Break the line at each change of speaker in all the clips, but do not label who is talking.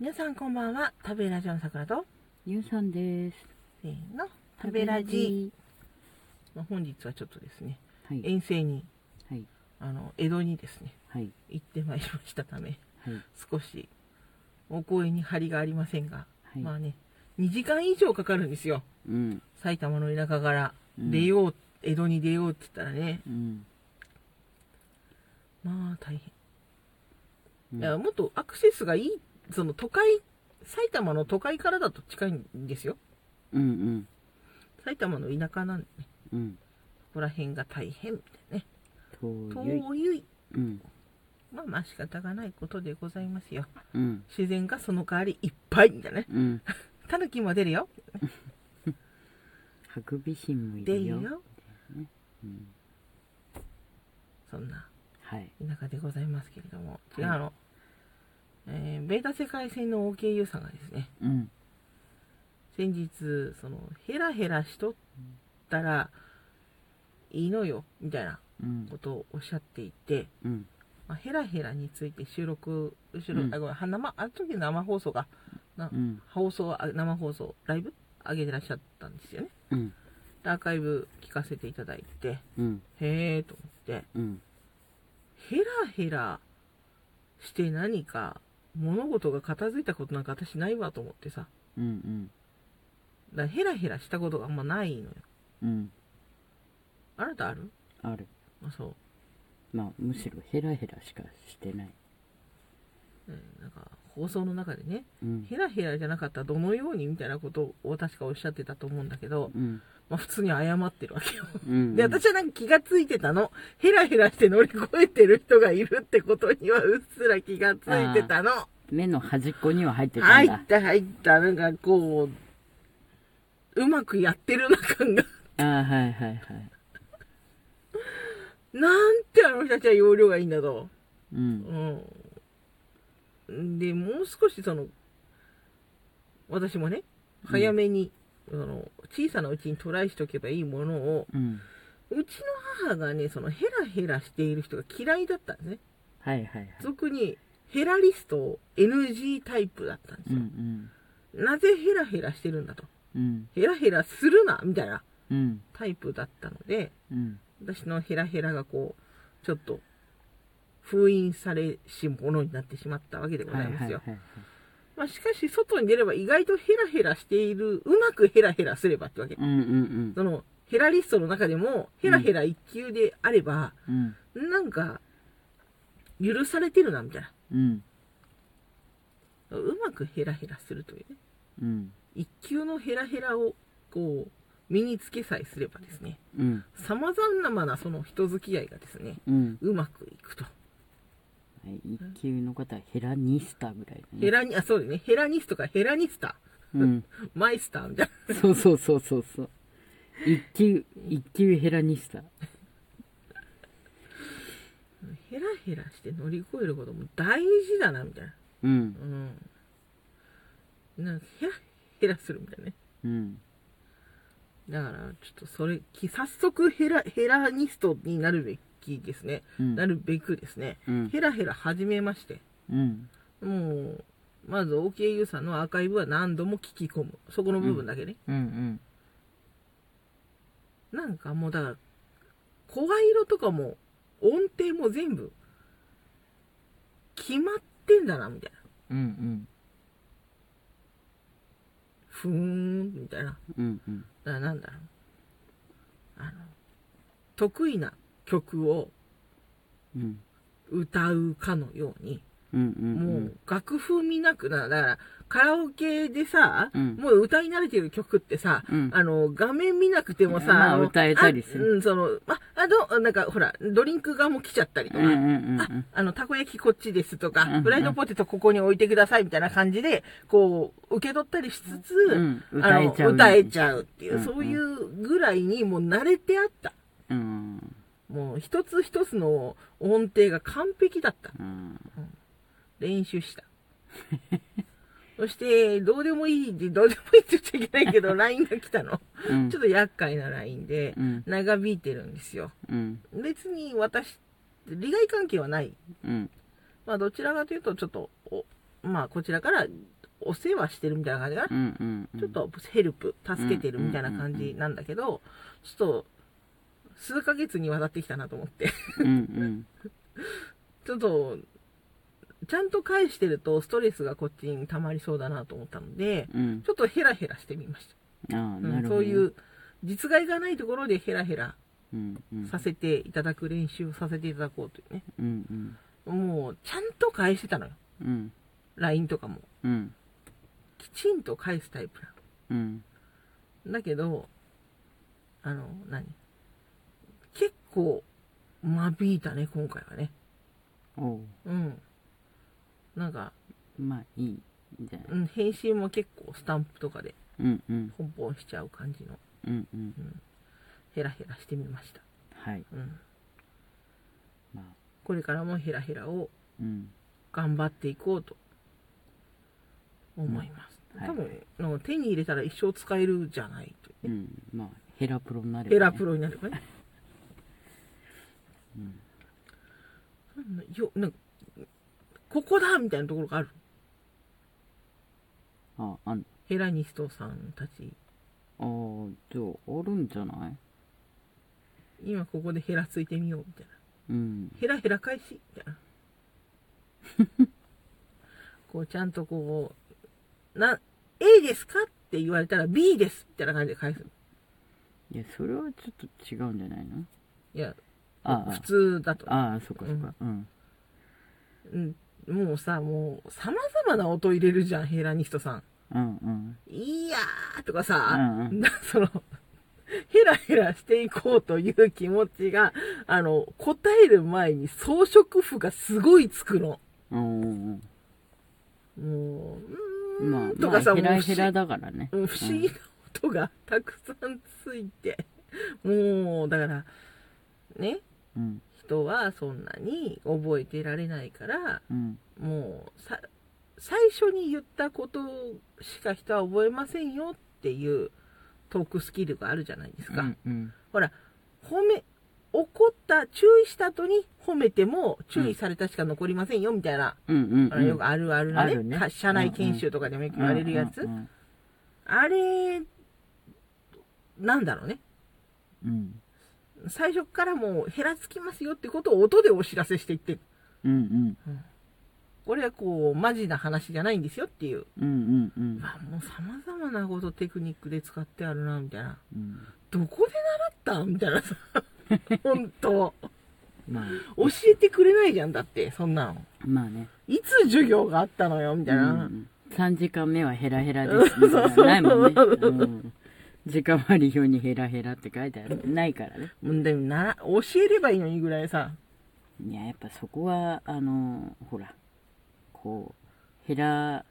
皆さんこんばんは食べラジオの桜と
ゆうさんです。
せーの食べラジ、まあ、本日はちょっとですね
はい。
遠征に
はい。
あの江戸にですね
はい。
行ってまいりましたため
はい。
少しお声に張りがありませんが、
はい。
まあね2時間以上かかるんですよ
うん。
埼玉の田舎から
うん
出よう、江戸に出ようって言ったらね
うん。
まあ大変、
うん
いやもっとアクセスがいいその都会埼玉の都会からだと近いんですよ
うん。うん。
埼玉の田舎なんでね
うん。
ここら辺が大変みたいな
遠い
ね。遠い
うん。
まあまあ仕方がないことでございますよ
うん。
自然がその代わりいっぱいみたいなね
うん。
タヌキも出るよ
ハクビシンもい
出る
るよ。
よ
うん。
そんな
はい。
田舎でございますけれども
はい
違うの、えーベータ世界線の OKU さんがですね
うん。
先日そのヘラヘラしとったらいいのよみたいな
うん
こ。とをおっしゃっていて、
うん。
まあ、ヘラヘラについて収録収録、
うん
あごめんは生あの時の生放送がな
うん。
放送あ生放送ライブ上げてらっしゃったんですよね
うん。
でアーカイブ聞かせていただいて
うん。
へえと思って
うん。
ヘラヘラして何か物事が片付いたことなんか私ないわと思ってさ
うん。
だからヘラヘラしたことがあんまないのよ
うん。
あなたある
ある。
あそう
まあ、むしろヘラヘラしかしてない。
ねなんか放送の中でね
うん。
ヘラヘラじゃなかったらどのようにみたいなことを確かおっしゃってたと思うんだけど、
うん。
まあ、普通に謝ってるわけよ
うん。
で、私はなんか気がついてたの。ヘラヘラして乗り越えてる人がいるってことにはうっすら気がついてたの。
目の端っこには入ってたん
入
だ
っ。た入った。なんかこう、うまくやってるな感が。
ああ、はいはいはい。
なんてあの人たちは容量がいいんだと。
う。
うんん。で、もう少しその、私もね、早めに、その小さなうちにトライしとけばいいものを、
うん。
うちの母がね、そのヘラヘラしている人が嫌いだったんですね。
はいはいはい。
俗にヘラリスト NG タイプだったんです
うんう
よ、
ん。
なぜヘラヘラしてるんだと
うん。
ヘラヘラするなみたいな
うん。
タイプだったので
うん。
私のヘラヘラがこうちょっと封印されし者になってしまったわけでございますよ、
はいはいはい
まあ、しかし外に出れば意外とヘラヘラしているうまくヘラヘラすればってわけ
うんうん
そのヘラリストの中でもヘラヘラ一級であれば、
うんうん
なんか許されてるなみたいな
うん
うまくヘラヘラするというね
うん
一級のヘラヘラをこう身につけさえすればですね
うん
さまざまなその人付き合いがですね
うん
うまくいくと
一級の方はヘラニスタぐらいのね
ヘラにあそうですねヘラニストかヘラニスタ
うん
マイスターみたい
そうそうそうそうそう一級一級ヘラニスタ
なヘラヘラして乗り越えることも大事だなみたいな
うん
うんなんかヘラヘラするみたいなね
うん
だからちょっとそれき早速ヘラヘラニストになるべきですね、
うん
なるべくですね、
うん
ヘラヘラ始めまして
うん
もう、まず OKU さんのアーカイブは何度も聞き込む。そこの部分だけね。
うんうん
なんかもうだから、声色とかも、音程も全部、決まってんだな、みたいな。
うん
ふーん、みたいな。
うんうんうん
だからなんだろう。あの、得意な曲を
うん
歌うかのように、
うんうん
もう楽譜見なくな、だからカラオケでさ、
うん
もう歌い慣れてる曲ってさ、
うん
あの、画面見なくてもさ、
まあ
の
歌えたりする
あうん、その、あ、あ、ど、なんかほら、ドリンクがもう来ちゃったりと
う
か、
んうんうん
あの、たこ焼きこっちですとか、
うん
フライドポテトここに置いてくださいみたいな感じで、こう、受け取ったりしつつ、
うんうん
あの
歌えちゃう
歌えちゃうっていう、
うんうん
そういうぐらいにもう慣れてあった。
うん
もう一つ一つの音程が完璧だった。
うん
練習 した。そして、どうでもいいで、どうでもいいって言っちゃいけない けど、LINE が来たの。
うん
ちょっと厄介な LINE で、
うん
長引いてるんですよ。
うん
別に私、利害関係はない。
うん
まあ、どちらかというと、ちょっと、おまあこちらからお世話してるみたいな感じかな、
うんうんうん
ちょっとヘルプ助けてるみたいな感じなんだけど、ちょっと数ヶ月にわたってきたなと思って
うん
ちょっとちゃんと返してるとストレスがこっちに溜まりそうだなと思ったので
うんうん
ちょっとヘラヘラしてみました
ああ
うん
なるほど
そういう実害がないところでヘラヘラ
うんうん
させていただく練習をさせていただこうというね
うん
もうちゃんと返してたのよ
うんうん
LINE とかも
うん
きちんと返すタイプな
うん
のだけどあの何結構間引いたね今回はね
おう
うんなんか、、
まあいいんじゃないう
ん、返信も結構スタンプとかで
うん、うん
ポンポンしちゃう感じの
うんうん
ヘラヘラしてみました、
はい
うん、
まあ
これからもヘラヘラを
うん
頑張っていこうと思います、
うんはい
多分の手に入れたら一生使えるじゃないという
う
ね、
んまあヘラプロになれば、ね、
ヘラプロになればね、うんよなんかここだみたいなところがある
ああん
ヘラニストさんたち
あーじゃああるんじゃない
今ここでヘラついてみようみたいな
うん
ヘラヘラ返しみたい なこうちゃんとこうな A ですかって言われたら B ですみたいな感じで返す
いやそれはちょっと違うんじゃないの
いや
ああ
普通だと
ああそっかそっかうん、
うんもうさもうさまざまな音入れるじゃんヘラニストさん
うんうん
「いやー」とかさ、
うんうん
な そのヘラヘラしていこうという気持ちがあの答える前に装飾符がすごいつくの
うんうん
もう「う
う
ーん」
んまあ
と
ま
かさ、
あヘ
も
ラ
う不
ヘ
思
ラだからね
うん不思議な音がたくさんついてもうだからね
うん
人はそんなに覚えてられないから
うん
もうさ最初に言ったことしか人は覚えませんよっていうトークスキルがあるじゃないです
う
か、
んうん
ほら褒め怒った注意した後に褒めても注意されたしか残りませんよみたいな、
うんうん
あのよくあるあるな
あ
ね
るね
か社内研修とかでもよく言われるやつ、
うん
あれなんだろうね
うん
最初からもう減らつきますよってことを音でお知らせしていって
うんうん
これはこうマジな話じゃないんですよっていう
うんうんうんうん
まあもうさまざまなことテクニックで使ってあるなみたいな
うん
どこで習ったみたいな さ本当
まあ
教えてくれないじゃんだってそんなの
まあね
いつ授業があったのよみたいな、
うん3時間目はヘラヘラですみたいなのな いもんね、うん、時間割り表にヘラヘラって書いてあるないからね
うんでもな教えればいいのにぐらいさ
いややっぱそこはあのほらこうヘラ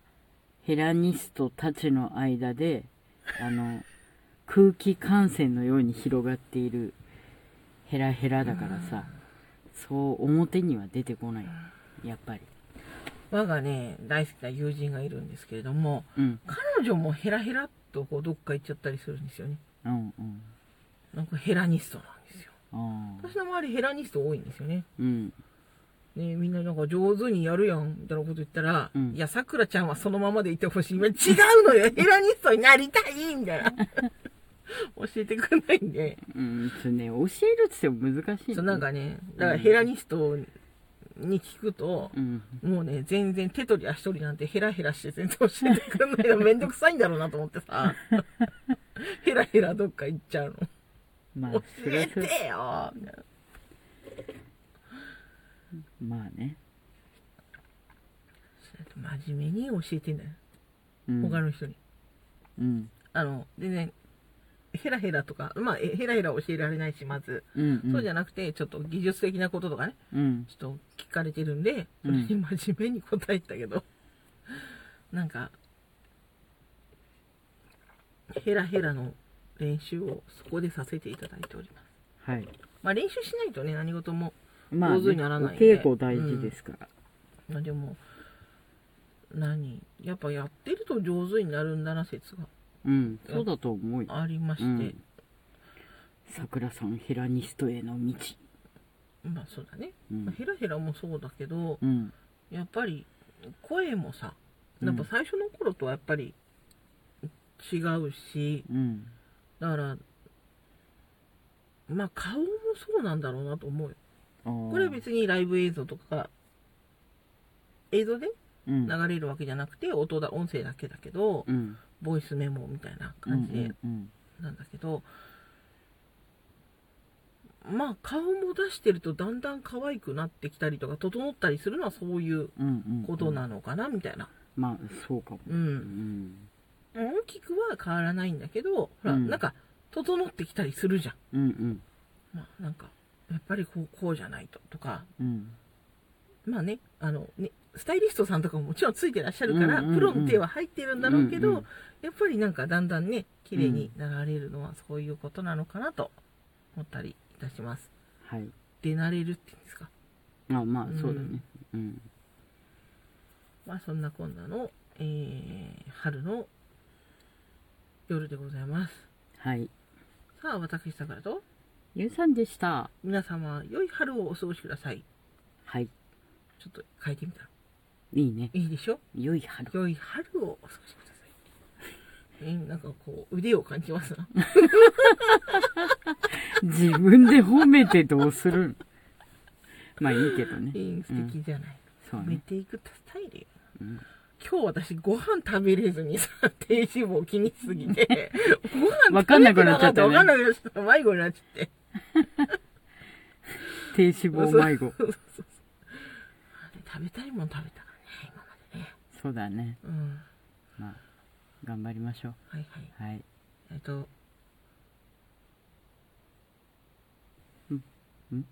ヘラニストたちの間であの空気感染のように広がっているヘラヘラだからさそう表には出てこないやっぱり
我がね大好きな友人がいるんですけれども
うん
彼女もヘラヘラっとこうどっか行っちゃったりするんですよね
うんうん
なんかヘラニストなんですよ
ああ
私の周りヘラニスト多いんですよね
うん
ねみんななんか上手にやるやんみたいなこと言ったら、
うん
いや、さくらちゃんはそのままでいてほしい。今違うのよヘラニストになりたいみたいな。教えてくれないんで。
うんそうね教えるって言っても難しいね
そうなんかね、だからヘラニストに聞くと、
うん
もうね、全然手取り足取りなんてヘラヘラして全然教えてくれないのめんどくさいんだろうなと思って さ、ヘラヘラどっか行っちゃう
まあ
の。教
それ
え
は
て
そ
よ
う
みたいな
まあね、
真面目に教えてんだよ。
うん、
他の人に。
うん
あの、でね、ヘラヘラとか、まあ、えヘラヘラ教えられないし、まず、
うんうん
そうじゃなくて、ちょっと技術的なこととかね、
うん
ちょっと聞かれてるんで、それに真面目に答えてたけど、 なんか、ヘラヘラの練習をそこでさせていただいております。
はい
まあ、練習しないとね、何事も、
まあ、ね、
上手にならない
お
んで
稽古大事ですから、
まあでも、何やっぱやってると上手になるんだな説
うん、そうだと思うよ
がありまして、
うん桜さんヘラニストへの道
まあそうだね、
うん
まあヘラヘラもそうだけど、
うん
やっぱり声もさやっぱ最初の頃とはやっぱり違うし
うん
だからまあ顔もそうなんだろうなと思うよ
こ
これは別にライブ映像とか映像で
に
流れるわけじゃなくて音だ音声だけだけど
うん
ボイスメモみたいな感じで
うん
なんだけどまあ顔も出してるとだんだん可愛くなってきたりとか整ったりするのはそういう
うんうんうん
ことなのかなみたいな
まあそうかも
う
うんん
大きくは変わらないんだけどほら、
うん
なんか整ってきたりするじゃん
うん
まあなんかやっぱりこうこうじゃないととか
うんうん
まあねあのねスタイリストさんとかももちろんついてらっしゃるから、
うんうんうん
プロの手は入ってるんだろうけど、
うんうん
やっぱりなんかだんだんね綺麗になられるのはそういうことなのかなと思ったりいたします。
はい
でなれるっていうんですか
あまあそうだねうん
まあそんなこんなの、えー春の夜でございます。
はい
さあ私さからと
ゆうさんでした
皆様良い春をお過ごしください。
はい
ちょっと変えてみたら
いいね
いいでしょ
良い春
良い春をお過ごしください。え ーなんかこう腕を感じますな。
自分で褒めてどうするのまあいいけどね
えー素敵じゃない。
そう
寝
ね
ていくスタイルよ
うん
今日私ご飯食べれずにさ、低脂肪気にしすぎ て、ご飯
わかんなくなっちゃったね
わかんなくなっちゃった。迷子になっちゃって。
低脂肪迷子
そうそうそう食べたいもん食べたからね、今までね。
そうだね
うん。
まあ頑張りましょう
はいはい。
はい
えっと、
ん